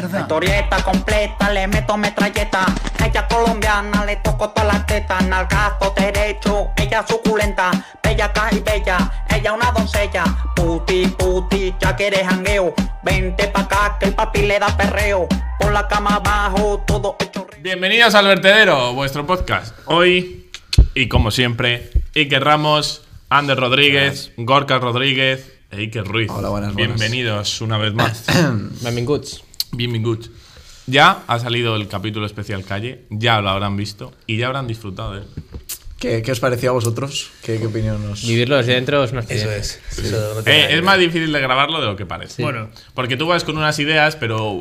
verdad. Historieta completa, le meto metralleta. Ella colombiana, le toco toda la teta. Nalgazo derecho, ella suculenta. Bella caja y bella, ella una doncella. Puti, puti, ya que eres jangueo. Vente pa' acá que el papi le da perreo. Por la cama abajo, todo hecho re- Bienvenidos al vertedero, vuestro podcast. Hoy, y como siempre, Iker Ramos, Ander Rodríguez, Gorka Rodríguez e Iker Ruiz. Hola, buenas, buenas. Bienvenidos una vez más. Benvinguts. Bienvenidos. Ya ha salido el capítulo especial calle, ya lo habrán visto y ya habrán disfrutado ¿eh? de él. ¿Qué, qué os pareció a vosotros? ¿Qué, qué opinión os.? Vivirlo desde dentro es una Eso actividad. es. Eso no tiene Eh, nada es que más difícil de grabarlo de lo que parece. Bueno. Porque tú vas con unas ideas, pero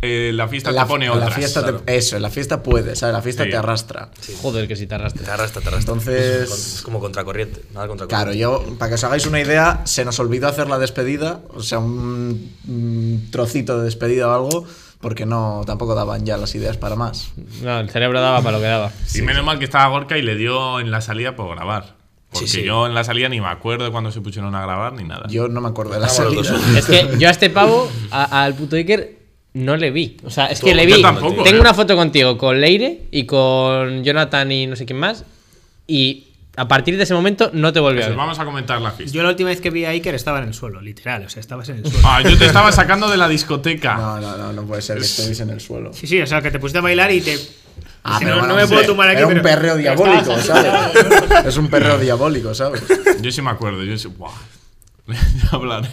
eh, la fiesta La, te pone la otras. fiesta te- Claro. eso, la fiesta puede, ¿sabes? La fiesta Sí. te arrastra. Joder, que si te ver. arrastras. Te arrastra, te arrastra. Entonces- Es como contracorriente. Nada Claro, contracorriente. yo, para que os hagáis una idea, se nos olvidó hacer la despedida, o sea, un, un trocito de despedida o algo, porque no, tampoco daban ya las ideas para más. No, el cerebro daba para lo que daba. Y menos mal que estaba Gorka y le dio en la salida por grabar. Porque Sí, sí. yo en la salida ni me acuerdo cuando se pusieron a grabar ni nada. Yo no me acuerdo de la Estábamos los salida. dos. Es que yo a este pavo, a- al puto Iker, no le vi. O sea, es que Tú, le yo vi. tampoco, Tengo eh. una foto contigo, con Leire y con Jonathan y no sé quién más. Y a partir de ese momento no te volví a Entonces, ver. vamos a comentar la fiesta. Yo la última vez que vi a Iker estaba en el suelo, literal. O sea, estabas en el suelo. Ah, yo te estaba sacando de la discoteca. No, no, no, no puede ser que estuviese en el suelo. Sí, sí, o sea, que te pusiste a bailar y te. Ah, Si pero no, bueno, no me sí. puedo tumbar aquí. Era un pero- perreo diabólico, ¿sabes? es un perreo diabólico, ¿sabes? Yo sí me acuerdo. Yo sí. Buah. ya hablaremos.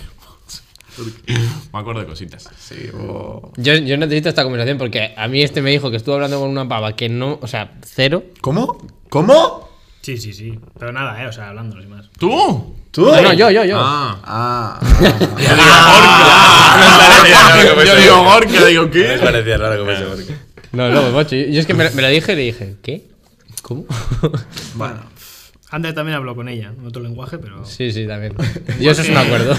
Porque me acuerdo de cositas. Sí, oh. o- Yo, yo necesito esta conversación porque a mí este me dijo que estuvo hablando con una pava que no, o sea, cero. ¿Cómo? ¿Cómo? Sí, sí, sí. Pero nada, eh, o sea, hablándonos y más. ¿Tú? ¿Tú? No, no, yo, yo, yo. Ah. Ah, ah. Yo digo Gorka. Yo digo Gorka. Digo, No es ¿qué? parecida, claro que me porque. No, no, macho. Yo, yo es que me, me lo dije y le dije, ¿qué? ¿Cómo? bueno. Ander también habló con ella, en otro lenguaje, pero. sí, sí, también. Yo eso es un acuerdo.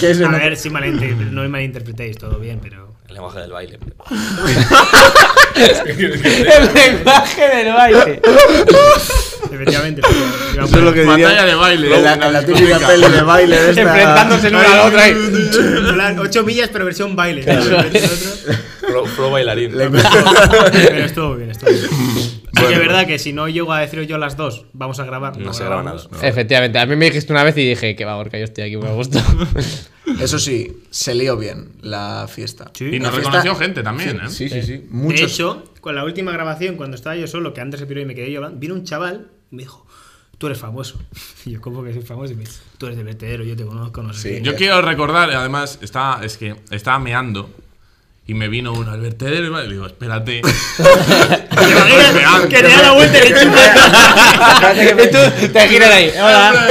¿Qué es A el- ver si malinter- no me malinterpretéis todo bien, pero. El lenguaje del baile. el lenguaje del baile. Efectivamente. pero- Eso es lo que Batalla diría- de baile, En la, una en la discoteca. típica peli de baile de esta. Enfrentándose en una a la otra. y- En plan, Ocho millas, pero versión baile. Pero Pro, pro bailarín. estuvo bien, estuvo bien. Sí que es verdad que si no llego a deciros yo las dos, vamos a grabar. No se graba nada. grabamos. Efectivamente, a mí me dijiste una vez y dije que va, Gorka, yo estoy aquí por gusto. Eso sí, se lió bien la fiesta. Sí. Y nos La fiesta- reconoció gente también, ¿eh? Sí, sí, sí. De Muchos. hecho, con la última grabación, cuando estaba yo solo, que antes se piró y me quedé yo hablando, vino un chaval y me dijo, tú eres famoso. Y yo, ¿cómo que soy famoso? Y me dice, tú eres de vertedero, yo te conozco, no sé Sí. qué". Yo quiero recordar, además, estaba, es que estaba meando y me vino uno al vertedero y me digo, espérate. ¿Te imaginas Meando. que te da la vuelta y le chupas? y tú te giras ahí. Hola.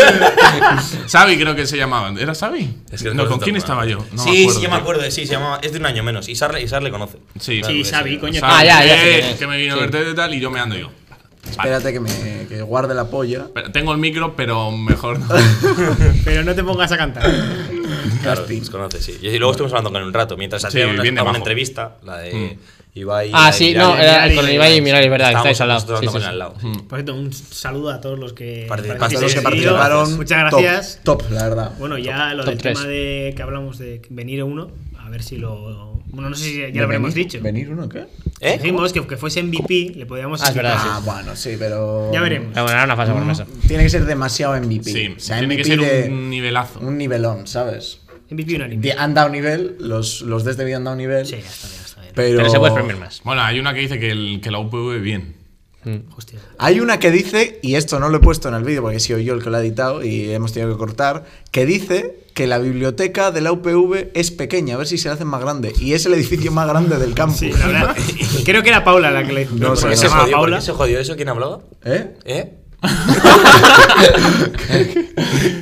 Sabi creo que se llamaban. ¿Era Sabi? Es que no, recuerdo ¿con quién tampoco. estaba yo? No sí, sí que me tío. acuerdo. de- Sí, se llamaba. Es de un año menos. Isar, le- Isar le conoce. Sí, Sí, que Xavi, sí. coño. Sabi, Ah, ya, ya eh, sé quién es. que me vino Sí. a vertedero y tal y yo me ando yo. Espérate que me que guarde la polla. Pero Tengo el micro, pero mejor no. Pero no te pongas a cantar. Claro, Casting. nos conoce, sí. Y luego estuvimos hablando con él un rato. Mientras hacía una, bien de una majo. entrevista, la de Mm. Ibai. Ah, la sí, de no, Mirari, era Mirari, con Ibai y Mirari, es verdad, que estábamos estáis al lado. nosotros Sí, sí, hablando con sí. Mm. él al lado. Por cierto, un saludo a todos los que Participantes. Todos los que Sí, participaron. Muchas top, gracias. Top, la verdad. Bueno, ya lo top del tres. tema de que hablamos de venir uno, a ver si lo... Bueno, no sé si ya ¿De lo habremos venir- dicho. ¿Venir uno qué? ¿Eh? Dijimos que, que fuese MVP, le podíamos... Ah, es verdad, explicar. Ah, bueno, sí, pero. Mm, Ya veremos. Pero Ah, bueno, era una fase por mesa. Tiene que ser demasiado MVP. Sí, o sea, tiene MVP que ser de- un nivelazo. un nivelón, ¿sabes? MVP unánime. De- Han dado nivel, los, los de este vídeo han dado nivel. Sí, ya está bien, ya está bien. Pero, Pero se puede exprimir más. Bueno, hay una que dice que, el, que la UPV bien. Hostia. Hay una que dice, y esto no lo he puesto en el vídeo porque he sido yo el que lo ha editado y hemos tenido que cortar, que dice que la biblioteca de la UPV es pequeña, a ver si se la hacen más grande. Y es el edificio más grande del campus. Sí, la verdad. creo que era Paula la que le dijo. No sé, no ¿Se porque se sé. llamaba jodió, ¿Por Paula. qué se jodió eso? ¿Quién hablaba? ¿Eh? ¿Eh?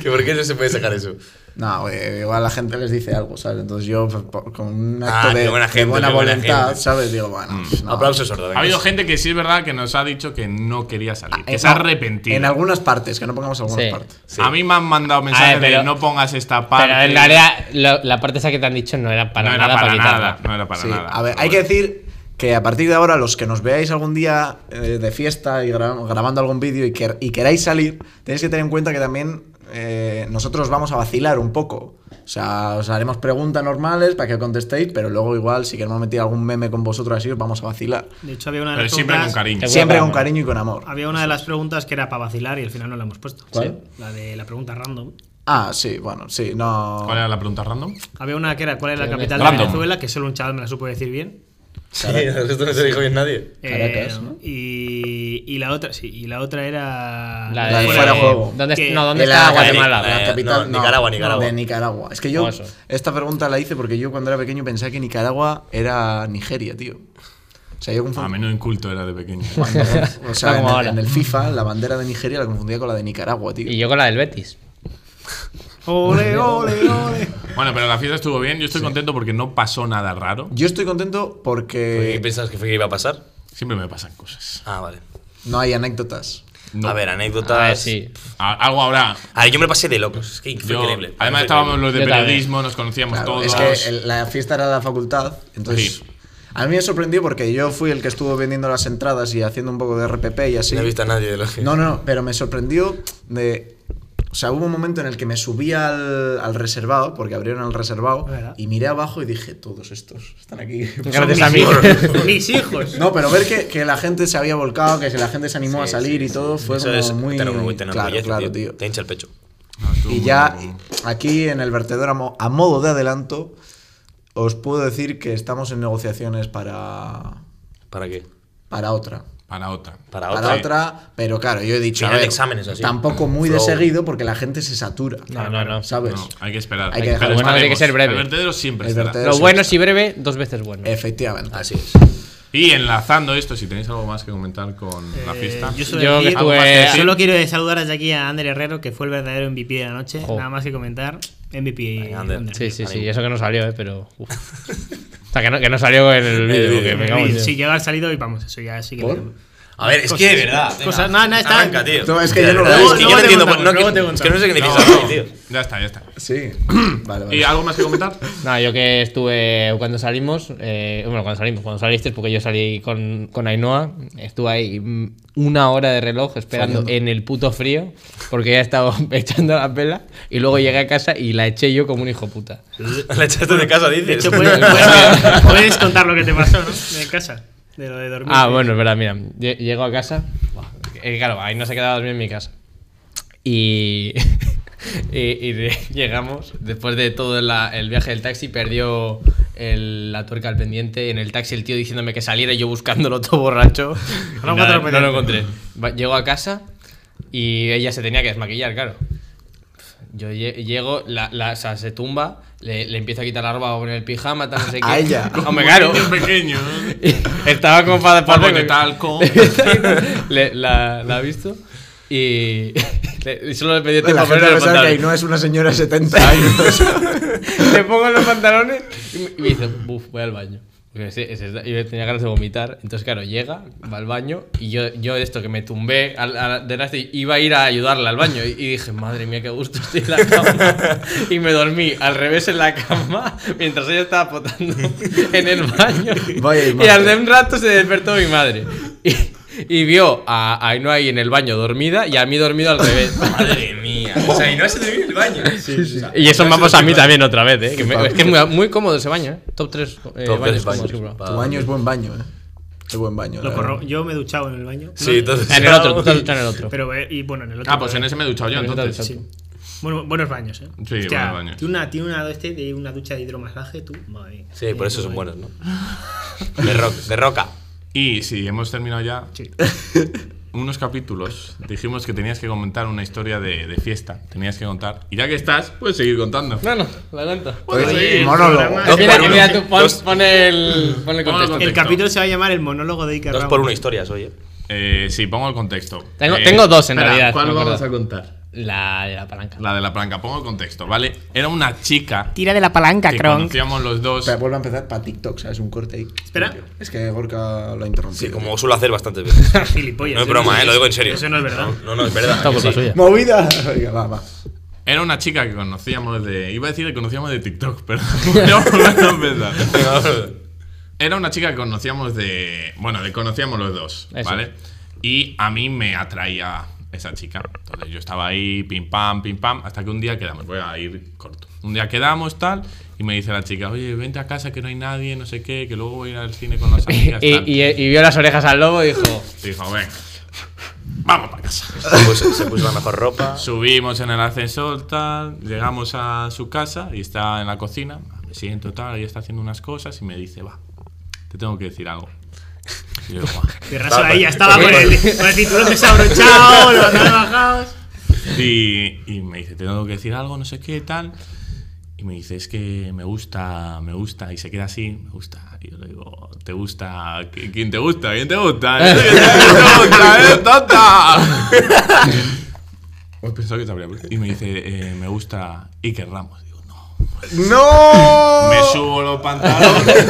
¿Que ¿Por qué no se puede sacar eso? No, eh, igual la gente les dice algo, ¿sabes? Entonces yo, por- por- con un acto Ah, de, qué buena de gente, buena qué buena voluntad, gente. ¿sabes? Digo, bueno, Pues pues, no. Aplausos sordo. venga. Ha habido gente que sí es verdad que nos ha dicho que no quería salir, que Ah, En- se ha arrepentido. En algunas partes, que no pongamos algunas Sí. partes. Sí. A mí me han mandado mensajes de pero- no pongas esta parte. Pero en realidad, lo- la parte esa que te han dicho no era para no era nada para quitarla. nada. No era para Sí, nada. A ver, Pero hay que bueno. decir que a partir de ahora, los que nos veáis algún día eh, de fiesta y gra- grabando algún vídeo y, quer- y queráis salir, tenéis que tener en cuenta que también eh, nosotros vamos a vacilar un poco. O sea, os haremos preguntas normales para que contestéis, pero luego igual si queremos meter algún meme con vosotros así, os vamos a vacilar. De hecho, había una de Pero las siempre con preguntas. cariño. Siempre con amor. cariño y con amor. Había una de las preguntas que era para vacilar y al final no la hemos puesto. ¿Cuál? Sí, La de la pregunta random. Ah, sí, bueno, sí, no. ¿Cuál era la pregunta random? Había una que era ¿cuál es la Tiene capital de random. Venezuela? Que solo un chaval me la supo decir bien. Eh, Sí, esto no se dijo bien nadie. Caracas, ¿no? y, y la otra, sí, y la otra era La La de, de fuera de juego. ¿Dónde, Que- no, ¿dónde de está la- Guatemala? de la Eh, capital, no, Nicaragua, Nicaragua. de Nicaragua. Es que yo No, eso. esta pregunta la hice porque yo cuando era pequeño pensaba que Nicaragua era Nigeria, tío. O sea, A yo Ah, confundía. menudo inculto era de pequeño. O sea, No en, el- como ahora. en el FIFA la bandera de Nigeria la confundía con la de Nicaragua, tío. Y yo con la del Betis. Ole, ole, ole. Bueno, pero la fiesta estuvo bien. Yo estoy contento porque no pasó nada raro. Yo estoy contento ¿Qué porque pensabas que fue que iba a pasar? Siempre me pasan cosas. Ah, vale. no hay anécdotas. No. A ver, anécdotas. A ver, Ah, sí. A- algo habrá. A ver, yo me lo pasé de locos. Es que Yo- increíble. además estábamos los de Yo también. periodismo, nos conocíamos Claro, todos. es que el- la fiesta era de la facultad, entonces. Sí. A mí me sorprendió porque yo fui el que estuvo vendiendo las entradas y haciendo un poco de RPP y así. No he visto a nadie de los que. No, no, pero me sorprendió de... O sea, hubo un momento en el que me subí al, al reservado, porque abrieron el reservado, ¿Verdad? y miré abajo y dije, todos estos están aquí. Gracias Son a mí. mis hijos, Mis hijos. No, pero ver que, que la gente se había volcado, que la gente se animó a salir y todo, fue Eso como es muy... te enorgullece, te claro, enorgullece, claro, tío. Te hincha el pecho. No, Ah, estuvo Y muy ya bien. aquí en el vertedero a, mo- a modo de adelanto, os puedo decir que estamos en negociaciones para, ¿Para qué? para otra. Para otra. Para Para otra. otra, pero claro, yo he dicho, a Final de ver, exámenes, así. tampoco muy de Flow. seguido porque la gente se satura. No, no, no. ¿Sabes? No, hay que esperar. Hay que dejar- pero Bueno, tiene que estaremos. ser breve. El vertedero siempre El estará. vertedero. Lo bueno, si breve, dos veces bueno. Efectivamente. Así es. Y enlazando esto, si tenéis algo más que comentar con la Eh, fiesta. yo solo, Yo que decir- ¿Algo más que estuve. decir? solo quiero saludar desde aquí a Ander Herrero, que fue el verdadero MVP de la noche. Jo. Nada más que comentar. MVP. Venga, Ander. Ander. Sí, sí, sí. Eso que no salió, eh, pero. uf. O sea, que no, que no salió en el vídeo. que me cago en Si Dios. llega al salido y vamos, eso ya sí que. ¿Por? le- A ver, es Cosas- que de verdad. venga, cosas- no, no, está- arranca, tío. No, es que yo no lo veo. Es que Luego yo no te entiendo. contamos, no, que- luego te es que no sé qué No, necesitas, hablar, tío. ya está, ya está. Sí. vale, vale. ¿Y algo más que comentar? No, yo que estuve cuando salimos, eh, bueno, cuando salimos, cuando saliste, porque yo salí con, con Ainhoa, estuve ahí mm, una hora de reloj esperando Fallando. en el puto frío, porque ella estaba echando la pela, y luego llegué a casa y la eché yo como un hijo puta. La echaste de casa, De dices. hecho, puedes, puedes- puedes contar lo que te pasó, ¿no? En casa. De lo de dormir. Ah, bueno, es verdad, mira, lle- llego a casa, buah, eh, claro, ahí no se quedaba dormir en mi casa. Y, y, y de- llegamos, después de todo la- el viaje del taxi, perdió el- la tuerca al pendiente. En el taxi el tío diciéndome que saliera y yo buscándolo todo borracho. No lo Nada, encontré al no lo pendiente. encontré. Va- Llego a casa y ella se tenía que desmaquillar, claro. Yo lle- llego, la, la- o sea, se tumba, le, le empiezo a quitar la ropa con el pijama, tal, no sé qué. A ella. Hombre, claro. Un pequeño. ¿eh? Estaba con para pues, Polvo de talco. Le- la, la ha visto y, le- y solo le pedí tiempo La a gente ponerle los pensaba que ahí pantalones. no es una señora de 70 años. Le pongo los pantalones y me, y me dice, "Buf, voy al baño. Porque ese- ese- yo tenía ganas de vomitar. Entonces, claro, llega, va al baño y yo, yo de esto que me tumbé al- al- de nace, iba a ir a ayudarla al baño. Y, y dije, madre mía, qué gusto estoy en la cama. Y me dormí al revés en la cama mientras ella estaba potando en el baño. Vaya y al imagen. de un rato se despertó mi madre. Y, y vio a a Ainhoa ahí en el baño dormida y a mí dormido al revés. Madre mía. O sea, y no se te vive el baño. Y esos mapas a mí también otra vez, ¿eh? Que me- papi. es que es muy, muy cómodo ese baño, ¿eh? Top 3 Top baños cómodos tres que he baños. probado. Va. tu baño es buen baño, eh. Es buen baño. Lo la corro- verdad. Yo me he duchado en el baño. Sí, No, entonces. En el otro, tú te has duchado en el otro. Pero, eh, y bueno, en el otro. Ah, pues en ese me he duchado yo Pero entonces. entonces- Sí. Bueno, buenos baños, ¿eh? Sí, buenos baños. Tiene una, tiene una, este de una ducha de hidromasaje, tú. Madre mía. Sí, por Eh, eso son tú, buenos, ¿no? De, ro- de roca. Y si hemos terminado ya, Sí. unos capítulos dijimos que tenías que comentar una historia de, de fiesta. Tenías que contar. Y ya que estás, puedes seguir contando. No, no, lo adelanto. Pues, Oye, monólogo. programa- mira, por uno. mira, tú pon, Dos- pon el, pon el contexto. El Perfecto. capítulo se va a llamar El monólogo de Iker Dos Ramos. por uno historias, oye. Eh, sí, pongo el contexto. Tengo- Eh, tengo dos, en realidad, ¿Cuál me acuerdo. vamos a contar? La de la palanca. La de la palanca. Pongo el contexto, ¿vale? Era una chica Tira de la palanca, que Kronk. conocíamos los dos. Espera, vuelve a empezar para TikTok, ¿sabes? Un corte ahí. Espera. Es que Gorka lo ha interrumpido. Sí, como suelo hacer bastantes veces. Gilipollas. No es eso broma, no eh, lo digo en serio. Eso no es verdad. No, no, es verdad. Todo que culpa sí. suya. ¡Movida! Venga, va, va. Era una chica que conocíamos de. Iba a decir que conocíamos de TikTok, pero. no, no, no, no. Era una chica que conocíamos de. Bueno, le conocíamos los dos, Eso. ¿vale? Y a mí me atraía esa chica. Entonces yo estaba ahí, pim pam, pim pam, hasta que un día quedamos, voy a ir corto. Un día quedamos, tal, y me dice la chica, oye, vente a casa que no hay nadie, no sé qué, que luego voy a ir al cine con las amigas. Y, tal". y- y vio las orejas al lobo y dijo: Dijo, venga, vamos para casa. Se puso, se puso la mejor ropa. Subimos en el ascensor, tal, llegamos a su casa y está en la cocina. Me siento tal, ella está haciendo unas cosas y me dice, va, te tengo que decir algo. Y yo, "Buah". Terraso ahí, ya estaba con el, con el cinturón desabrochado, los pantalones bajados. y, y me dice, te tengo que decir algo, no sé qué, tal. Y me dice, es que me gusta, me gusta. Y se queda así, me gusta. Y yo le digo, ¿te gusta? ¿Qui- ¿Quién te gusta? ¿Quién te gusta? ¿Quién te gusta? ¿Eh, tonta? Pues pensaba que te habría hablado. Y me dice, eh, me gusta Iker Ramos. Digo, no. ¡No! Me subo los pantalones.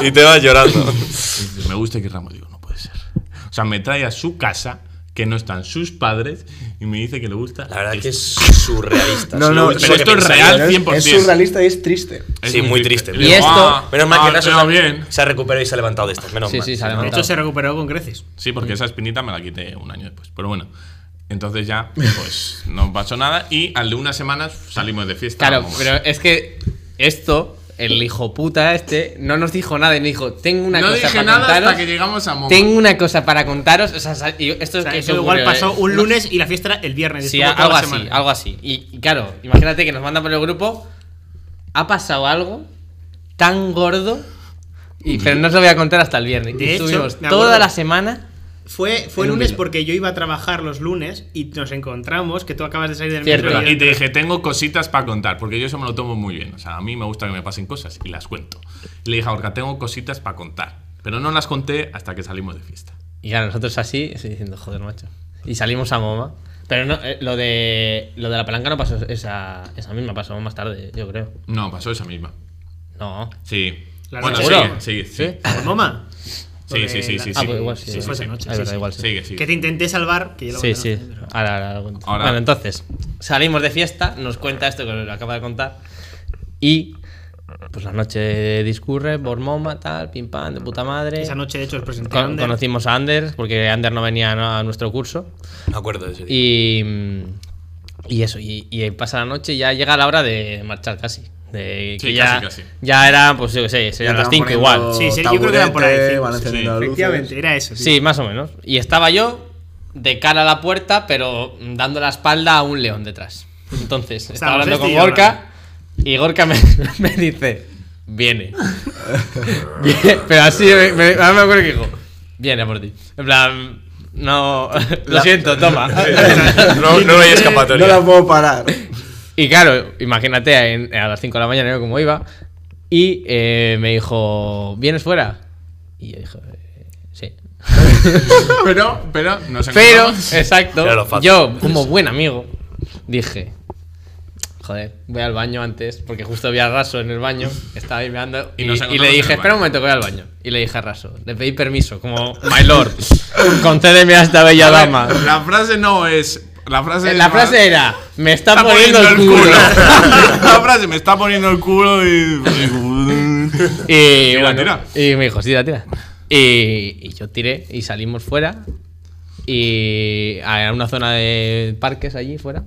Y te vas llorando. Dice, me gusta que Ramos. Digo, no puede ser. O sea, me trae a su casa, que no están sus padres, y me dice que le gusta. La verdad es que es surrealista. No, Es no, lo último pero que esto es pensaría. real. Pero es- 100%. Es surrealista y es triste. Es Sí, muy triste. Le Y digo, esto- ah, Menos mal que ah, Nacho pero se ha- bien. se ha recuperado y se ha levantado de estas. Menos Sí, mal. sí, se ha No, De levantado. hecho, se recuperó con creces. Sí, porque esa espinita me la quité un año después. Pero bueno, entonces ya, pues no pasó nada. Y al de unas semanas salimos de fiesta. Claro, Vamos. pero es que esto, el hijo puta este, no nos dijo nada y nos dijo: Tengo una no cosa dije para nada contaros. hasta que llegamos a Momo. Tengo una cosa para contaros. O sea, sa- y esto O es sea, que eso se igual ocurrió, pasó ¿eh? un No- lunes y la fiesta era el viernes. Sí, estuvo toda algo la así, semana. algo así. Y, y claro, imagínate que nos mandan por el grupo. Ha pasado algo tan gordo. Y, pero no os lo voy a contar hasta el viernes. De Y hecho, Estuvimos me acuerdo. toda la semana. Fue, fue En un lunes hilo. porque yo iba a trabajar los lunes y nos encontramos que tú acabas de salir del Cierto. metro ¿Verdad? y Y yo- te dije, tengo cositas para contar, porque yo eso me lo tomo muy bien. O sea, a mí me gusta que me pasen cosas y las cuento. Y le dije a Orca, tengo cositas para contar. Pero no las conté hasta que salimos de fiesta. Y claro, nosotros así, estoy diciendo, joder, macho. Y salimos a Moma. Pero no, eh, lo, de, lo de la palanca no pasó esa, esa misma, pasó más tarde, yo creo. No, pasó esa misma. No. Sí. La bueno, noche. sigue, sigue, sigue. ¿Por "Pues, Moma? Sí, sí, sí, sí, Ah, sí. pues igual sí. Sí, igual sí, fue sí. esa noche. Ah, es verdad, igual sí. Sigue, sigue. Que te intenté salvar, que yo lo Sí, conozco, sí. pero- Ahora, ahora lo cuento. Ahora. Bueno, entonces, salimos de fiesta, nos cuenta esto que lo acaba de contar. Y pues la noche discurre, Bormoma, tal, pim pam, de puta madre. Esa noche, de hecho, os presenté Con- a Ander. Conocimos a Anders, porque Anders no venía ¿no? a nuestro curso. Me acuerdo de ese día. Y, mm, y eso, y, y pasa la noche y ya llega la hora de marchar casi. De, Sí, que casi, ya, casi. ya era, pues yo qué sé, serían Ya las te van 5 igual. poniendo Sí, sí, yo creo que eran por ahí, taburete, cinco, van sí, encendiendo las luces. Efectivamente, era eso. tío. Sí, más o menos. Y estaba yo de cara a la puerta, pero dando la espalda a un león detrás. Entonces, estaba Estábamos hablando este con y yo Gorka y Gorka me, me dice, viene. Viene, pero así, me, me- ahora me acuerdo que dijo, viene a por ti. En plan, no, lo siento, toma. No, no hay No escapatoria. la puedo parar. Y claro, imagínate en- a las 5 de la mañana ¿no? como iba. Y eh, me dijo, ¿vienes fuera? Y yo dije, "Eh, sí. Pero, pero, nos Pero, encontramos. exacto, Era lo fácil. yo como buen amigo dije, joder, voy al baño antes, porque justo vi a Raso en el baño, estaba ahí meando, Y y, nos y encontramos le en el dije, espera un baño". momento que voy al baño. Y le dije a Raso, le pedí permiso, como, my lord, concédeme a esta bella A ver, dama. La frase no es. La frase, La es- frase era, me está, poniendo, el culo. la frase me está poniendo el culo y. Y, Tira, bueno, tira. y me dijo, sí, tira, tira. Y, y yo tiré y salimos fuera. Y a una zona de parques allí fuera.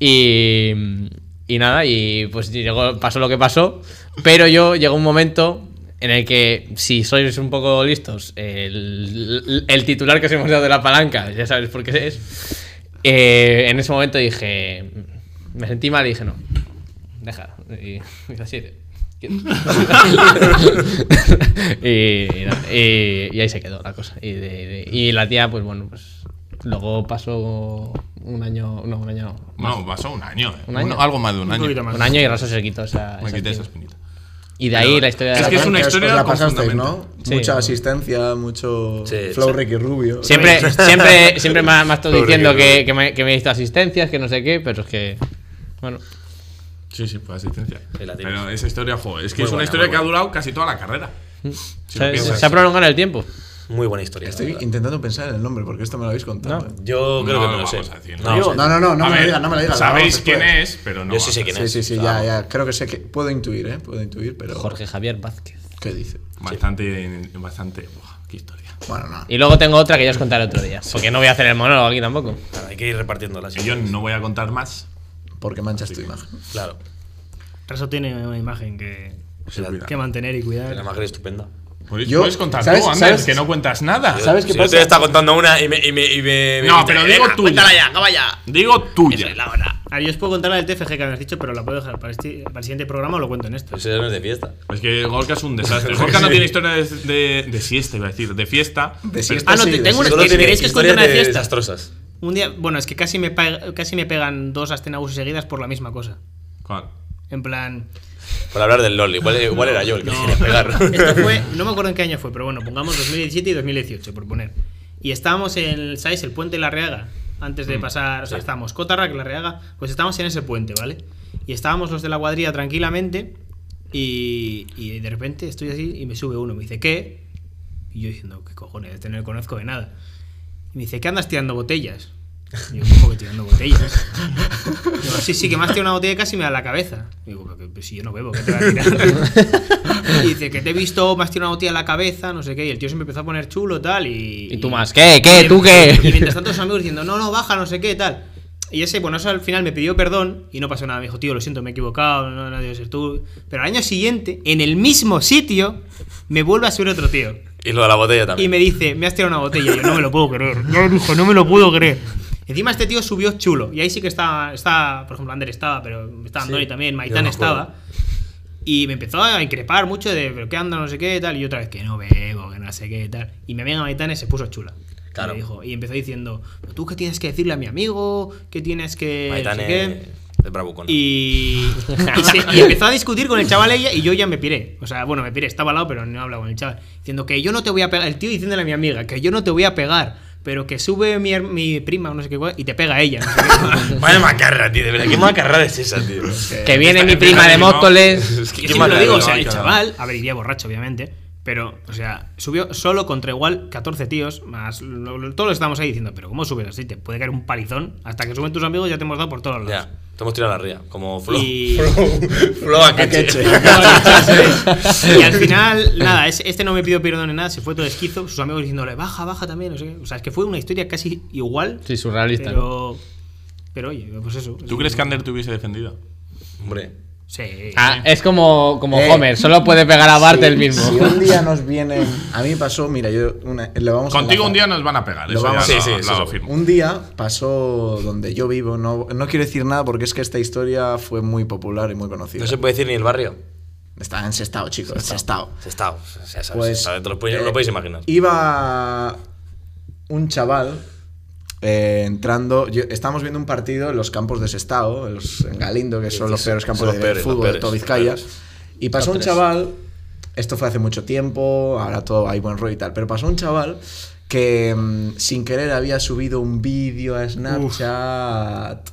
Y, y nada, y pues llegó, pasó lo que pasó. Pero yo llegó un momento en el que, si sois un poco listos, el, el titular que os hemos dado de la palanca, ya sabéis por qué es. eh, en ese momento dije, me sentí mal y dije, no, deja. Y, y así de, y, y nada, y- y ahí se quedó la cosa. Y, de- de- y la tía, pues bueno, pues luego pasó un año, no, un año no. No, pasó un año, eh. ¿Un año? Uno- algo más de un, Un año. poquito más. Un año y Raso se quitó esa, Me esa quité tía. esa espinita. Y de ahí la historia de Es la que es tía. una Os- os historia la con pasasteis, ¿no? fundamento. Sí. Mucha asistencia, mucho Sí, flow sí. Ricky Rubio. Siempre, siempre, siempre me, ha- me has estado Pobre diciendo que- que, que me, que me he visto asistencias, que no sé qué, pero es que. Bueno, Sí, sí, fue asistencia. Sí, la tienes. Pero esa historia, jo, es que Muy es una buena, historia muy que ha buena. durado casi toda la carrera. Si lo se, piensas. se ha prolongado en el tiempo. Muy buena historia. la Estoy verdad. intentando pensar en el nombre porque esto me lo habéis contado. ¿eh? Yo creo No lo que no lo sé. vamos a decir, No no. lo Yo- sé. No, no, no, no A me lo ver, digas, no me lo digas. lo Sabéis hablamos después. quién es, pero no. Yo sí sé quién es. Sí, sí, sí, ya, ya. Creo que sé que. Puedo intuir, ¿eh? Puedo intuir, pero. Jorge Javier Vázquez. ¿Qué dice? Bastante. Bastante. buah, qué historia. Bueno, no. Y luego tengo otra que ya os contaré otro día. Porque no voy a hacer el monólogo aquí tampoco. Claro, hay que ir repartiéndolas. Yo no voy a contar más. Porque manchas tu imagen. Claro. Raso tiene una imagen que, Se olvida. que mantener y La cuidar. imagen es estupenda. Puedes, Yo- puedes contar ¿sabes- tú, Ander, sabes- que no cuentas nada. ¿Sabes qué Si yo pasa? te está contando una y me. Y me, y me- me No, dice, pero digo "Venga, tuya". Cuéntala ya, acaba ya. Digo tuya. A ver, yo os puedo contar la del TFG que habéis dicho, pero la puedo dejar para, este- para el siguiente programa o lo cuento en este. Pues eso no es de fiesta. Es que Gorka es un desastre. Gorka no tiene historia de, de- de siesta, iba a decir, de fiesta. De siesta. Ah, no, sí, te- de- tengo una. Solo que- tiene ¿Queréis que os cuente historias una de de fiesta? desastrosas. Un día, bueno, es que casi me, pa- casi me pegan dos astenagus seguidas por la misma cosa. ¿Cuál? En plan. Por hablar del LOL, igual, igual era yo el que quería pegar. Esto fue, no me acuerdo en qué año fue, pero bueno, pongamos 2017 y 2018, por poner. Y estábamos en, ¿sabéis? El puente de la Reaga, antes de pasar, o sea, estábamos Cotarra, la Reaga, pues estábamos en ese puente, ¿vale? Y estábamos los de la cuadrilla tranquilamente y, y de repente estoy así y me sube uno, me dice, ¿qué? Y yo diciendo, ¿qué cojones? Este no le conozco de nada. Y me dice, ¿qué andas tirando botellas? Y yo, ¿cómo que tirando botellas? Digo, sí, sí, que más tiene una botella y casi me da la cabeza. Digo, pero, que- pero si yo no bebo, ¿qué te va a tirar? y dice, que te he visto, más tiene una botella en la cabeza, no sé qué. Y el tío se me empezó a poner chulo, tal. Y, Y tú más, ¿qué? ¿Qué? ¿Tú qué? Y mientras tanto, los amigos diciendo, no, no, baja, no sé qué, tal. Y ese, bueno, eso al final me pidió perdón y no pasó nada. Me dijo, tío, lo siento, me he equivocado, no, no debe ser tú. Pero al año siguiente, en el mismo sitio, me vuelve a subir otro tío. Y lo de la botella Y también. me dice, me has tirado una botella. Y yo no me lo puedo creer. No, dijo, no me lo puedo creer. Encima este tío subió chulo. Y ahí sí que estaba, estaba por ejemplo, Ander estaba, pero estaba Andoni también, Maitán me acuerdo. estaba. Y me empezó a increpar mucho de, pero qué anda, no sé qué, tal. Y yo otra vez, que no bebo, que no sé qué, tal. Y mi amiga Maitane se puso chula. Claro. Y, me dijo, y empezó diciendo, "Pero tú qué tienes que decirle a mi amigo, qué tienes que... no sé Maitane qué". de eh, Bravucón. Y, y se- y empezó a discutir con el chaval ella y yo ya me piré. O sea, bueno, me piré, estaba al lado, pero no hablaba con el chaval. Diciendo que yo no te voy a pegar. El tío diciéndole a mi amiga que yo no te voy a pegar, pero que sube mi, her- mi prima o no sé qué cosa, y te pega ella. no sé qué. Vaya macarra, tío, de verdad. ¿Qué macarra es esa, tío? Que viene Esta- mi esta prima de gente no. Móstoles. Es que Yo qué siempre lo macarra, digo, o ¿no? sea, el Claro. chaval, a ver, iría borracho, obviamente. Pero, o sea, subió solo contra igual 14 tíos, más lo- lo- todos estamos ahí diciendo, pero ¿cómo subes así? Te puede caer un palizón. Hasta que suben tus amigos ya te hemos dado por todos los lados. Ya, te hemos tirado a la ría. Como Flo. Y- Flo a queche. y al final, nada, es- este no me pidió perdón en nada, se fue todo esquizo, sus amigos diciéndole, baja, baja también, no sé qué. O sea, es que fue una historia casi igual, Sí, surrealista. ¿no? pero... Pero oye, pues eso. ¿Tú crees que Ander te hubiese defendido? Hombre. Sí. Ah, es como, como Eh. Homer, solo puede pegar a Bart Sí, el mismo. Si un día nos vienen. A mí me pasó, mira, yo. Una, le vamos a Contigo enlazar. un día nos van a pegar. Lo Eso vamos- ya sí, lo- sí, lo eso. afirmo. Un día pasó donde yo vivo. No, no quiero decir nada porque es que esta historia fue muy popular y muy conocida. No se puede decir ni el barrio. Está en Sestao, chicos, en Sestao. Se está. O sea, sabes, Pues, sabes, te lo, puedes, eh, lo podéis imaginar. Iba un chaval eh, entrando. yo- estábamos viendo un partido en los campos de Sestao, en, los- en Galindo, que son los peores campos son los de peores, fútbol los peores, de todo los Vizcaya. peores. Y pasó un chaval. Esto fue hace mucho tiempo, ahora todo hay buen rollo y tal. Pero pasó un chaval que mm, sin querer había subido un vídeo a Snapchat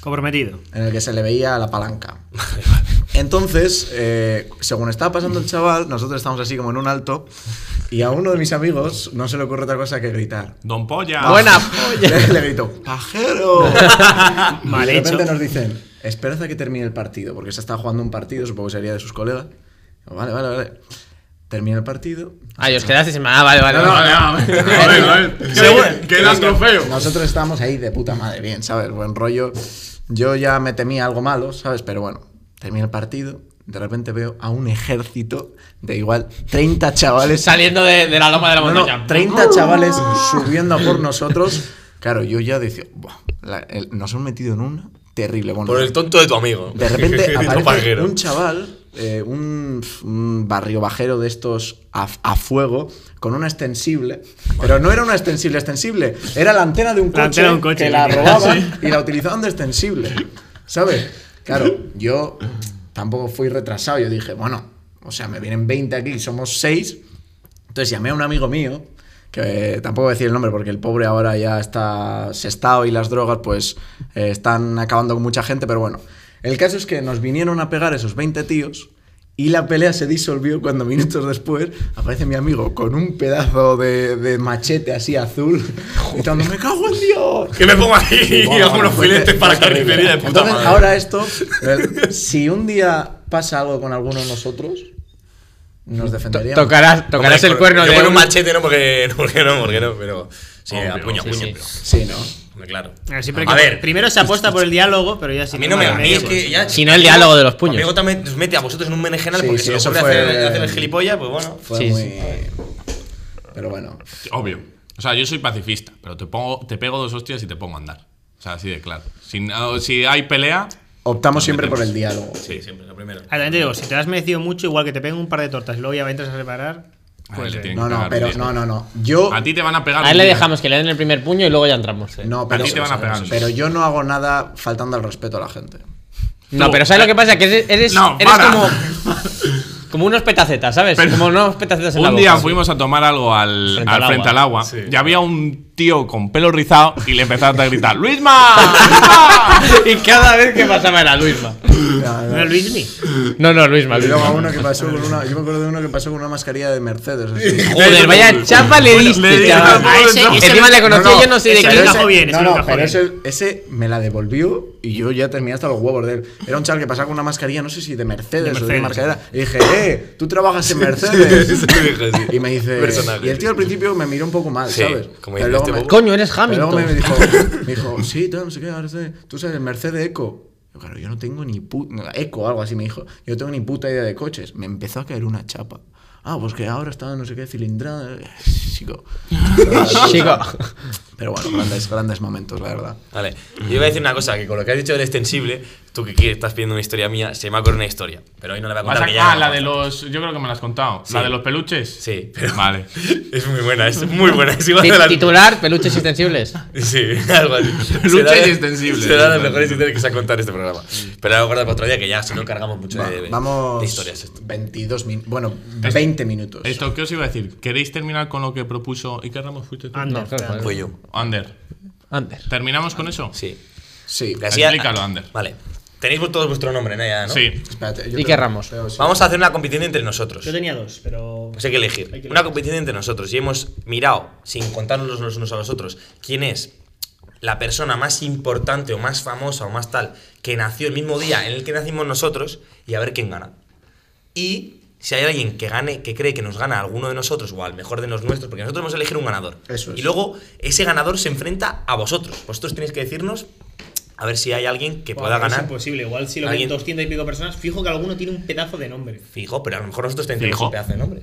Comprometido. en el que se le veía la palanca. Entonces, eh, según estaba pasando el chaval, nosotros estábamos así como en un alto y a uno de mis amigos no se le ocurre otra cosa que gritar. Don Polla. Buena Le, le grito, ¡pajero! Y Mal de repente hecho. nos dicen, esperad a que termine el partido, porque se está jugando un partido, supongo que sería de sus colegas. Vale, vale, vale. Termina el partido. Ay, os quedasteis en. Ah, vale, vale. No, no, vale. Joder, joder. Seguro. Que dan trofeo. Nosotros estábamos ahí de puta madre, bien, ¿sabes? Buen rollo. Yo ya me temía algo malo, ¿sabes? Pero bueno, termina el partido. De repente veo a un ejército de igual 30 chavales Saliendo de, de la loma de la no, no, montaña. 30 chavales subiendo a por nosotros. Claro, yo ya decía, "Buah, la- el- nos han metido en una terrible. Bueno, Por el tonto de tu amigo. de repente Dito aparece Pajero. un chaval, eh, un, un barrio bajero de estos a, a fuego, con una extensible. Pero no era una extensible extensible, era la antena de un coche, La antena de un coche. que la robaban y la utilizaban de extensible. ¿Sabes? Claro, yo tampoco fui retrasado. Yo dije, bueno, o sea, me vienen 20 aquí, somos 6. Entonces llamé a un amigo mío, que eh, tampoco voy a decir el nombre porque el pobre ahora ya está sestado y las drogas pues eh, están acabando con mucha gente, pero bueno. El caso es que nos vinieron a pegar esos 20 tíos y la pelea se disolvió cuando minutos después aparece mi amigo con un pedazo de, de machete así azul gritando ¡Me cago en Dios! Que me pongo ahí Buah, y hago unos fue te- filetes para fue terrible. carnicería de puta Entonces, madre. Ahora esto, eh, si un día pasa algo con alguno de nosotros, nos defenderíamos. Tocarás, tocarás Hombre, el cuerno yo de con un un- machete, no porque, no, porque no, porque no, pero. Sí, Obvio, a puño, a sí, puño, sí. pero. Sí, ¿no? hombre, Claro. A ver, siempre A que- ver, primero se apuesta por el diálogo, pero ya si A mí no me. A mí es que ya- Si no, el diálogo de los puños. Conmigo también os mete a vosotros en un menegenal Sí, porque sí, si os eso ocurre fue- hacer, hacer el gilipollas, pues bueno. Fue Sí, muy. sí. Pero bueno. Obvio. O sea, yo soy pacifista, pero te, pongo, te pego dos hostias y te pongo a andar. O sea, así de claro. Si, no- si hay pelea, Optamos siempre por metemos. el diálogo. Sí, siempre, lo primero. Ah, también te digo, si te has merecido mucho, igual que te peguen un par de tortas y luego ya entras a a reparar. él Pues, le eh, tienen No, que no, pegar un pero día. no, no, no. Yo. A ti te van a pegar. A él un le día. dejamos que le den el primer puño y luego ya entramos. eh. No, pero, ti te van a pegar. pero yo no hago nada faltando al respeto a la gente. No, pero ¿sabes lo que pasa? Que eres, eres, No, eres para. como, como unos petacetas, ¿sabes? Pero- como unos petacetas en la Un boca. día fuimos a tomar algo al Frente frente al al, frente al agua. Y había un tío con pelo rizado y le empezaron a gritar: ¡Luisma! ¡Luisma! y cada vez que pasaba era Luisma. ¿No era Luismi? No, no, Luisma, Y luego a Luisma. uno que pasó con una. Yo me acuerdo de uno que pasó con una mascarilla de Mercedes. así. Joder, vaya chapa le le diste, diste chaval. a ese- todo el- ese- Encima le conocí, No, no, yo no sé de ese qué. Pero nunca- encajó bien, ese no, nunca no, encajó pero ese, bien. ese me la devolvió y yo ya terminé hasta los huevos de él. Era un chaval que pasaba con una mascarilla, no sé si de Mercedes, De o de Mercedes. marcadera. Y dije, eh, tú trabajas en Mercedes. Y me dice. Personaje. Y el tío al principio me miró un poco mal, Sí, ¿sabes? como Pero dice luego este me- bobo. Coño, eres pero luego me Hamilton. dijo, me dijo, sí, tal, no sé qué, ahora sé, tú sabes, el Mercedes Eco. Yo, claro, yo no tengo ni puta. Eco, algo así me dijo. Yo no tengo ni puta idea de coches. Me empezó a caer una chapa. Ah, pues que ahora está no sé qué cilindrada. Chico. Chico. Pero bueno, grandes, grandes momentos, la verdad. Vale, yo iba a decir una cosa, que con lo que has dicho del extensible, tú que quieres, estás pidiendo una historia mía, se me va a correr una historia, pero hoy no la voy a Vas contar. a- que ya- ah, la de los. Yo creo que me la has contado. La de los peluches. Sí, pero- Vale. Es muy buena, es muy buena, es igual Ti- de la... Titular, peluches extensibles. Sí, algo así. Lucha Será- inextensible. Será las mejores historias que se ha contado en este programa. Mm. Pero la voy a guardar para otro día, que ya si no cargamos mucho Va- de, de- vamos. de historias. esto. 22 minutos. Bueno, 20 minutos. Esto, ¿qué os iba a decir? ¿Queréis terminar con lo que propuso Iker Ramos? ¿Fuiste tú? Ander, claro, claro. Fue yo, Ander. Ander. ¿Terminamos con eso? sí. Sí. Que así- Explícalo, Ander. Vale, tenéis vos- todos vuestro nombre, ¿no? Ya, ¿no? Sí. Espérate. Iker Ramos. Vamos a hacer una competición entre nosotros. Yo tenía dos, pero. Pues hay que elegir. Hay que Una elegir. competición entre nosotros. Y hemos mirado, sin contarnos los unos a los otros, quién es la persona más importante o más famosa o más tal que nació el mismo día en el que nacimos nosotros y a ver quién gana. Y si hay alguien que gane, que cree que nos gana a alguno de nosotros o al mejor de los nuestros, porque nosotros vamos a elegir un ganador. Eso es. Y luego ese ganador se enfrenta a vosotros. Vosotros tenéis que decirnos a ver si hay alguien que Buah, pueda Es ganar. imposible, igual Pues, si lo ven Alguien- 200 y pico personas, fijo que alguno tiene un pedazo de nombre. Fijo, pero a lo mejor nosotros tenemos Fijo. un pedazo de nombre.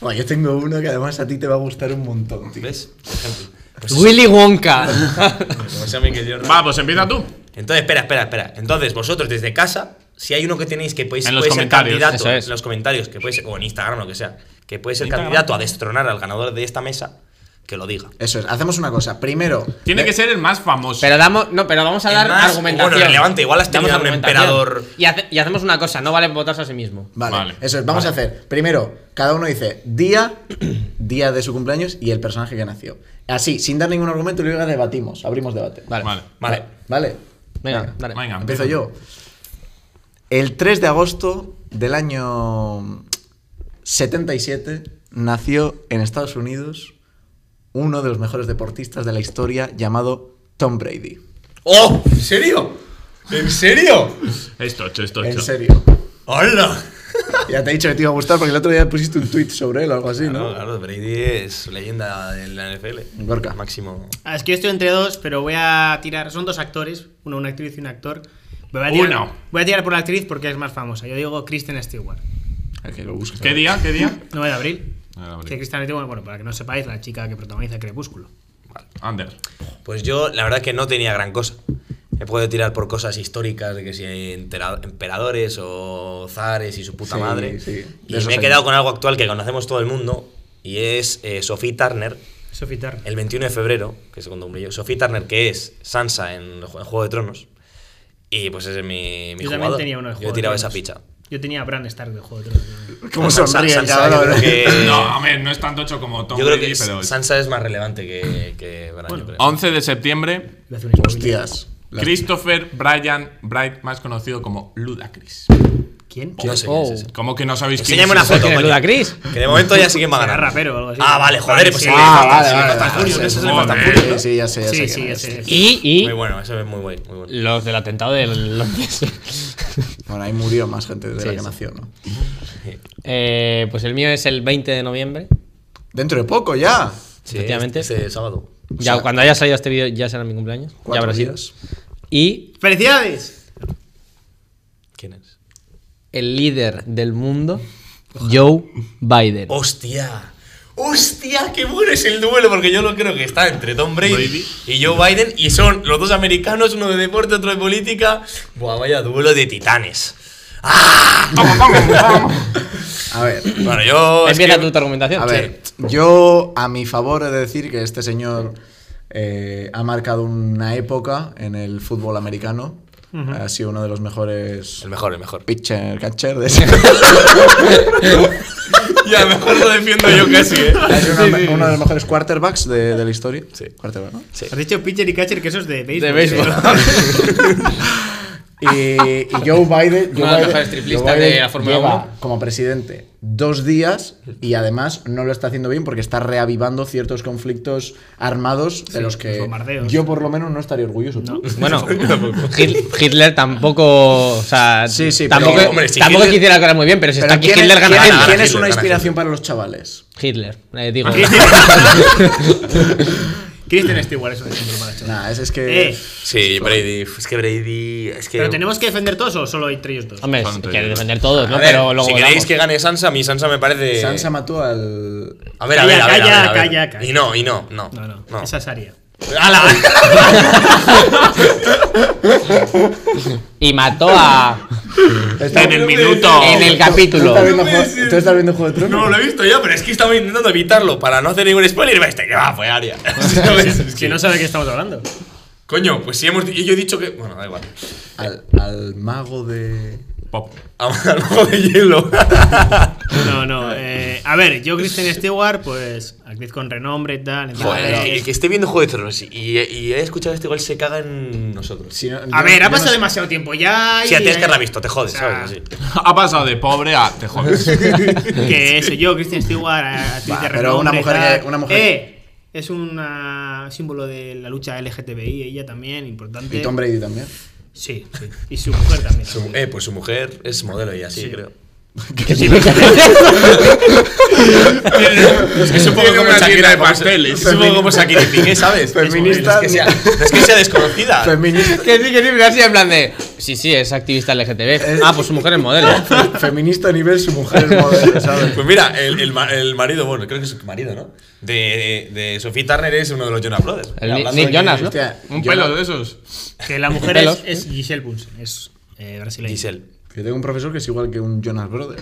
Bueno, yo tengo uno que además a ti te va a gustar un montón, tío. ¿Ves? Por ejemplo. Pues eso, Willy Wonka. como se llama que yo no- Va, pues empieza tú. Entonces, espera, espera, espera. Entonces, vosotros desde casa, si hay uno que tenéis que podéis, En los puede ser comentarios, candidato eso es. en los comentarios, que puede ser, o en Instagram, lo que sea, que puede ser Instagram. candidato a destronar al ganador de esta mesa, que lo diga. Eso es. Hacemos una cosa. Primero. Tiene que ser el más famoso. Pero damos, no, pero vamos a Es dar más, argumentación. bueno, relevante, igual has Damos tenido un argumentación. emperador. Y, hace- y hacemos una cosa, no vale votarse a sí mismo. Vale, Vale, eso es. Vamos vale. a hacer. Primero, cada uno dice día, día de su cumpleaños y el personaje que nació. Así, sin dar ningún argumento, y luego debatimos, abrimos debate. Vale. Vale. Vale. ¿Vale? Venga, dale. Venga. Empiezo yo. El 3 de agosto del año 77 nació en Estados Unidos uno de los mejores deportistas de la historia llamado Tom Brady. ¡Oh! ¿En serio? ¿En serio? Es tocho, es tocho. En serio. ¡Hola! Ya te he dicho que te iba a gustar porque el otro día pusiste un tweet sobre él o algo así, Claro, ¿no? claro, Brady es leyenda de la NFL. Gorka. Máximo. Ah, es que yo estoy entre dos, pero voy a tirar. Son dos actores, uno una actriz y un actor. Pero Voy a tirar, Uno. Voy a tirar por la actriz porque es más famosa. Yo digo Kristen Stewart. ¿Qué día? ¿Qué día? 9 de abril. Ah, la Que abrí. Kristen Stewart, bueno, para que no sepáis, la chica que protagoniza Crepúsculo. Ander. Pues yo, la verdad, que no tenía gran cosa. Me puedo tirar por cosas históricas, de que si hay entera- emperadores o zares y su puta Sí, madre. sí, de y esos me he años. quedado con algo actual que conocemos todo el mundo, y es eh, Sophie Turner, Sophie Turner. el 21 de febrero, que es cuando cumplí yo. Sophie Turner, que es Sansa en, el ju- en Juego de Tronos. Y pues ese es mi, mi yo jugador. también tenía uno de Yo Juego he de tirado esa Tronos. picha. Yo tenía a Bran Stark de Juego de Tronos. ¿Cómo Sansa- sonríe el Sansa, yo cabrón? eh? creo que- No, a ver, no es tan tocho como Tom Eh, Yo creo Brady, que pero es- Sansa es más relevante que, que Bran, yo creo. 11 de septiembre, Iba a hacer un inmóvil. Hostias. Las- Christopher Brian Bright, más conocido como Ludacris. ¿Quién? No sé Oh. quién es ese. ¿Cómo que no sabéis quién Enséñame es una ese? foto, ¿Quién es coño. Ludacris? Que de momento ya sí que va a Será ganar. rapero o algo así. Ah, vale, joder, pues sí. sí. Ah, vale, sí, vale, Fanta vale. Julio, que ese es el Joder. Fanta Julio. Sí, sí, ya sé, ya sé Sí, quién sí, es. ese. Y, y Muy bueno, ese es muy bueno. Muy bueno. los del atentado de Londres. Bueno, ahí murió más gente de Sí, la que sí. nació, ¿no? Eh, pues el mío es el 20 de noviembre. Dentro de poco ya. Sí, Efectivamente. Este sábado. Ya sea, cuando haya salido este vídeo ya será mi cumpleaños. Ya Cuatro habrá sido. días. Y ¡Felicidades! ¿Quién es? el líder del mundo, Joe Biden. Oh, ¡Hostia! ¡Hostia! ¡Qué bueno es el duelo! Porque yo lo creo que está entre Tom Brady, Brady. y Joe Biden. Y son los dos americanos, uno de deporte, otro de política. Buah, vaya duelo de titanes. Ah, A ver. Bueno, yo. es Empieza que- tú tu argumentación. A Sí. ver, yo a mi favor he de decir que este señor eh, ha marcado una época en el fútbol americano. Ha sido uno de los mejores El mejor, el mejor. pitcher catcher de ese. Y a lo mejor lo defiendo yo casi, ¿eh? Ha sido uno, uno de los mejores quarterbacks de, de la historia. Sí. Quarterback, ¿no? Has dicho pitcher y catcher, que eso es de béisbol. De béisbol. Y, y Joe Biden, Joe Uno de los Biden- mejores triplistas Joe Biden de la Fórmula lleva 1. como presidente dos días y además no lo está haciendo bien porque está reavivando ciertos conflictos armados de Sí, los que bombardeos. yo por lo menos no estaría orgulloso. ¿tú? Bueno, Hit- Hitler tampoco. O sea, Sí, sí, pero- tampoco, hombre, si tampoco Hitler- quisiera ganar muy bien, pero si Pero está aquí ¿quién, Hitler es- gana. quién- gana. quién es Hitler una gana, inspiración para los chavales? Hitler, eh, digo. Christian está igual, eso es un broma, chaval. Nah, es, es que Eh, Sí, Brady. Es que Brady. Es que. ¿Pero tenemos que defender todos o solo entre ellos dos? Eh, Hombre, Son quiere anteriores. defender todos, ¿no? A ver, pero luego. si queréis vamos. que gane Sansa, a mí Sansa me parece. Sansa mató al. Eh. A ver, a ver, a ver. a Calla, ver, a ver. calla, calla. Y no, y no, no. No, no, esa es Aria. ¡Hala! Y mató a. En el minuto. En el ¿Tú capítulo. estás viendo, No puede Juego- ser. tú estás viendo Juego de Tronos? No, lo he visto yo, pero es que estaba intentando evitarlo para no hacer ningún spoiler. y me Este que va, fue Aria. ¿Sabes? Es Que que- no sabe de qué estamos hablando. Coño, pues si hemos. Y yo he dicho que. Bueno, da igual. Al, al mago de. Pop. Algo de hielo. No, no. eh, a ver, yo, Kristen Stewart, pues actriz con renombre y tal. entonces- Joder, el que esté viendo Juego de Tronos y, y he escuchado este gol se caga en nosotros. Si no- yo A no- ver, yo ha no pasado sé- demasiado tiempo ya. Si a ti y- es que la ha visto, te jodes, o sea, ¿sabes? Así. Ha pasado de pobre a te jodes. Que eso, yo, Kristen Stewart, actriz Va, de renombre. pero una mujer y tal. que- una mujer- Eh, es un símbolo de la lucha LGTBI, ella también, importante. Y Tom Brady también. Sí, sí. Y su mujer también. Su- eh, pues su mujer es modelo y así, creo. es que es un poco Tiene como una Shakira tienda de pasteles. Es un poco como Shakira y Piqué, ¿sabes? Feminista. No es que sea, no es que sea desconocida. Feminista. Que sí, que sí, pero así en plan de. Sí, sí, es activista LGTB. Ah, pues su mujer es modelo. fe- feminista a nivel su mujer es modelo, ¿sabes? Pues mira, el, el, ma- el marido, bueno, creo que es su marido, ¿no? De, de, de Sophie Turner es uno de los Jonas Brothers. El Hablando Nick de- Jonas, ¿no? Hostia, Un yo pelo no- de esos. Que la mujer Pelos. es, es Giselle Bunsen, es eh, brasileña. Giselle. Yo tengo un profesor que es igual que un Jonas Brother.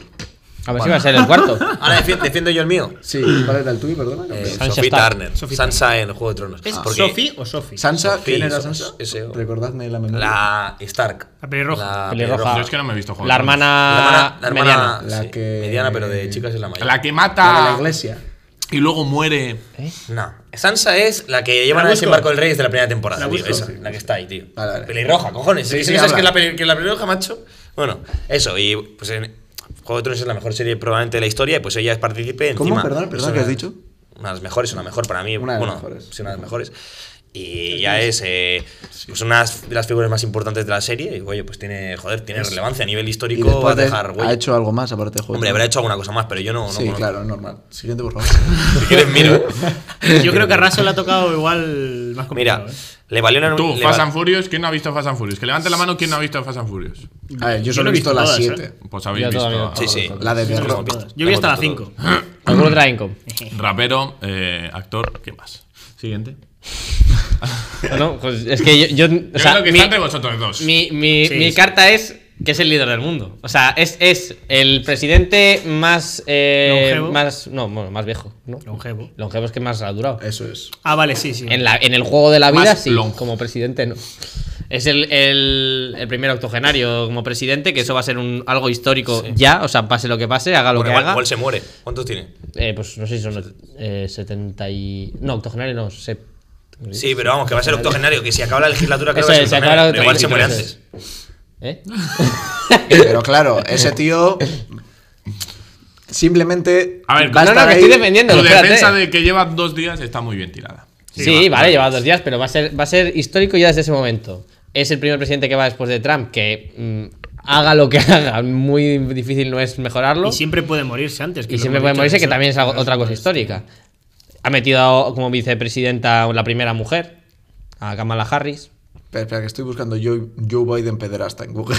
A ver si va a ser el cuarto. Ahora defien- defiendo yo el mío. Sí, ¿cuál era el tuyo, perdona? Eh, campeón? Sansa Sophie Stark. Turner. Sophie Sansa en Juego de Tronos. Ah. ¿Es Porque Sophie o Sophie? Sansa, Sophie, ¿quién era Sansa, Sansa? ese- Recordadme la memoria. La Stark. La pelirroja. La Pelirroja. Yo es que no me he visto jugar. La hermana. La Ah. hermana, la mediana. hermana La sí, que- mediana, pero de chicas es la mayor. La que La de la mata iglesia. y luego muere. No. Sansa es la que llevan La a busco. desembarco del rey desde la primera temporada. La tío, busco. esa, la que está ahí, tío. Vale, vale. Pelirroja, cojones. Sí, ¿Es que sí, no sabes habla. que es la, peli- que es la pelirroja, macho? Bueno, eso. Y pues en Juego de Tronos es la mejor serie probablemente de la historia. Y pues ella es partícipe. ¿Cómo? Encima, Perdona, es perdona, una- ¿qué has dicho? Una de las mejores, una mejor para mí. Una de las bueno, mejores. sí, una de las mejores. Y ya es eh, pues una de las figuras más importantes de la serie. Y oye, pues tiene, joder, tiene relevancia a nivel Y histórico. Va a después de- dejar, ha güey. hecho algo más aparte de juego. Hombre, habrá hecho alguna cosa más, pero yo no. no Sí, conozco. claro, normal. Siguiente, por favor. Si quieres, miro. eh. Yo creo que a Russell le ha tocado igual más complicado. Mira, ¿eh? le valió una. Tú, le Fast va- and Furious, ¿quién no ha visto Fast and Furious? Que levante la mano, ¿quién no ha visto Fast and Furious? A ver, yo Yo no solo he he visto visto las todas, 7. ¿eh? Pues habéis Yo visto. todavía no. Sí, sí. La de Hemos Berro. visto. Yo vi hasta Hemos las visto 5. todo. Alguno trae income. Rapero, eh, actor, ¿qué más? Siguiente. No, pues es que yo. yo, o Yo sea, creo que mi- está entre vosotros dos. Mi, mi- Sí, mi sí. carta es que es el líder del mundo. O sea, es, es el presidente más. eh, Longevo. más no, bueno, más viejo. ¿no? Longevo. Longevo es que más ha Eh, durado. Eso es. Ah, vale, sí, sí. En, la, en el juego de la Más vida, sí. longevo. Como presidente, no. Es el, el, el primer octogenario como presidente, que eso va a ser un, algo histórico ya. O sea, pase lo que pase, haga lo Bueno, que igual, haga. igual se muere. ¿Cuántos tiene? Eh, pues no sé si son eh, 70 y. No, octogenario no, sé. Sí, pero vamos, que va a ser octogenario. Que si acaba la legislatura, creo Eso que va a ser es, se octogenario, acaba la pero Igual se muere legislatura, ¿Eh? antes. Pero claro, ese tío simplemente A ver, va a no, no, estar que ahí- estoy defendiendo. Tu espérate. defensa de que lleva dos días está muy bien tirada. Sí, vale, lleva dos días, pero va a, ser, va a ser histórico ya desde ese momento. Es el primer presidente que va después de Trump, que mm, haga lo que haga, muy difícil no es mejorarlo. Y siempre puede morirse antes. que Y lo siempre hemos puede dicho, morirse, que eso- también es algo- eso otra cosa es- histórica. Ha metido como vicepresidenta a la primera mujer, a Kamala Harris. Espera, espera, que estoy buscando Joe, Joe Biden pederasta en Google.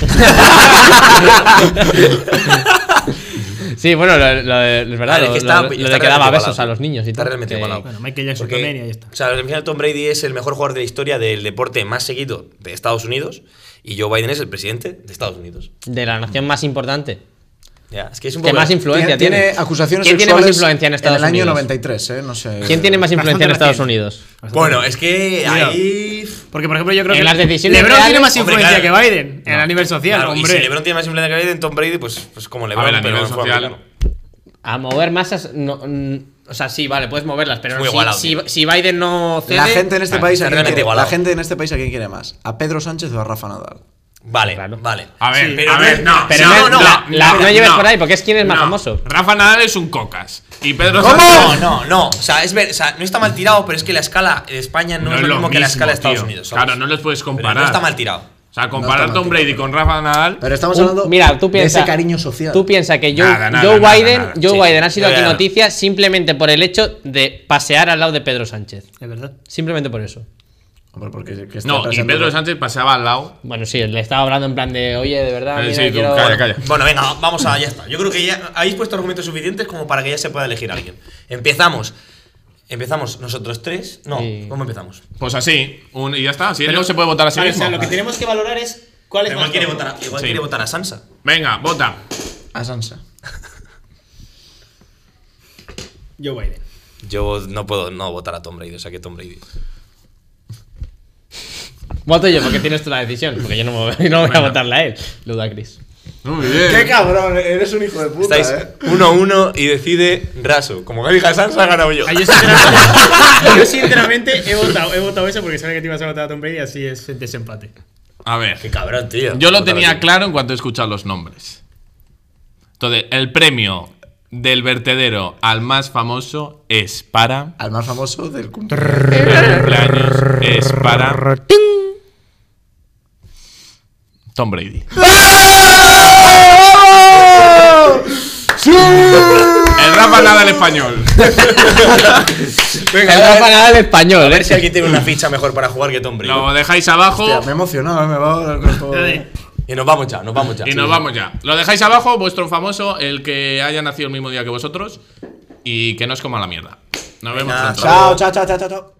Sí, bueno, lo, lo de- es verdad, Ah, lo, es que lo- está- lo está de que daba realmente besos igualado. a los niños y Está tal, realmente que- igualado. Bueno, Michael Jackson Porque, también y ahí está. O sea, al final Tom Brady es el mejor jugador de la historia del deporte más seguido de Estados Unidos y Joe Biden es el presidente de Estados Unidos. de la nación más importante. Ya, es que es un Que poco... más influencia tiene. acusaciones ¿Quién tiene sexuales más influencia en Estados el año Unidos? 93, ¿eh? No sé. ¿Quién tiene más influencia en Bastante Estados reciente. Unidos? Bueno, es que Mira. ahí... Porque, por ejemplo, yo creo En que. las decisiones LeBron tiene reales- más Hombre, influencia claro. que Biden en a nivel social, Claro, hombre. Y si LeBron tiene más influencia que Biden, Tom Brady, pues, pues como A LeBron. ver, a pero nivel fue social. americano. A mover masas, no, mm, o sea, sí, vale, puedes moverlas, pero Muy si- igualado, si, tío. si Biden no cede, La gente en este Ah, país a está quién realmente quiere- igualado. la gente en este país a quién quiere más, a Pedro Sánchez o a Rafa Nadal. Vale, Claro. vale. A ver, Sí, pero a ver, no. Pero Sí, no, no, la- no, mira, la- no lleves no. por ahí, porque es quien es más No, famoso. Rafa Nadal es un cocas. Y Pedro No, Sánchez- no, no. O sea, es ver, o sea, no está mal tirado, pero es que la escala de España no, es lo mismo, que la escala de Estados tío. Unidos. ¿sabes? Claro, no los puedes Pero comparar. No está mal tirado. O sea, comparar No está Tom mal Brady tirado. con Rafa Nadal. Pero estamos Un- hablando Uh, mira, tú piensa, de ese cariño social. Tú piensas que Joe, Nada, nada, Joe nada, Biden, nada. Joe Sí, Biden ha sido nada, aquí nada. noticia simplemente por el hecho de pasear al lado de Pedro Sánchez. Es verdad. Simplemente por eso. Hombre, porque que está no, y pasando- Pedro Sánchez paseaba al lado. Bueno, sí, le estaba hablando en plan de, oye, de verdad. Eh, mira, sí, tú, quiero- calla, calla. Bueno, venga, vamos a, ya está. Yo creo que ya habéis puesto argumentos suficientes como para que ya se pueda elegir a alguien. Empezamos. Empezamos nosotros tres. No, Sí. ¿cómo empezamos? Pues así. un- y ya está. Si él no se puede votar a sí Vale, o mismo. sea, lo que tenemos que valorar es cuál es Igual más quiere cómodo. votar a, igual Sí. quiere votar a Sansa. Venga, vota. a Sansa. Joe Biden. Yo no puedo no votar a Tom Brady, o sea que Tom Brady. Voto yo, porque tienes tú la decisión. Porque yo no, me- no voy a votarla a él. Ludacris. Muy bien. cabrón! Eres un hijo de puta, Estáis 1-1 y decide Raso. Como que diga Sansa, he ganado yo. Ah, yo, sinceramente, yo sinceramente he votado, he votado eso porque sabía que te ibas a votar a Tom Brady, así es el desempate. A ver. Qué cabrón, tío. Yo lo Votar a tenía Tom. claro en cuanto he escuchado los nombres. Entonces, el premio del vertedero al más famoso es para. Al más famoso del cumpleaños. El cumpleaños es para. Tom Brady. El Rafa Nadal español. el Rafa Nadal español, A ¿eh? ver si alguien tiene una ficha mejor para jugar que Tom Brady. Lo dejáis abajo Hostia, me he emocionado, me va a dar el cuerpo. Vale. Y nos vamos ya, nos vamos ya. y nos vamos ya. Lo dejáis abajo, vuestro famoso, el que haya nacido el mismo día que vosotros y que no os coma la mierda. Nos vemos Venga, pronto. Chao, chao, chao, chao, chao.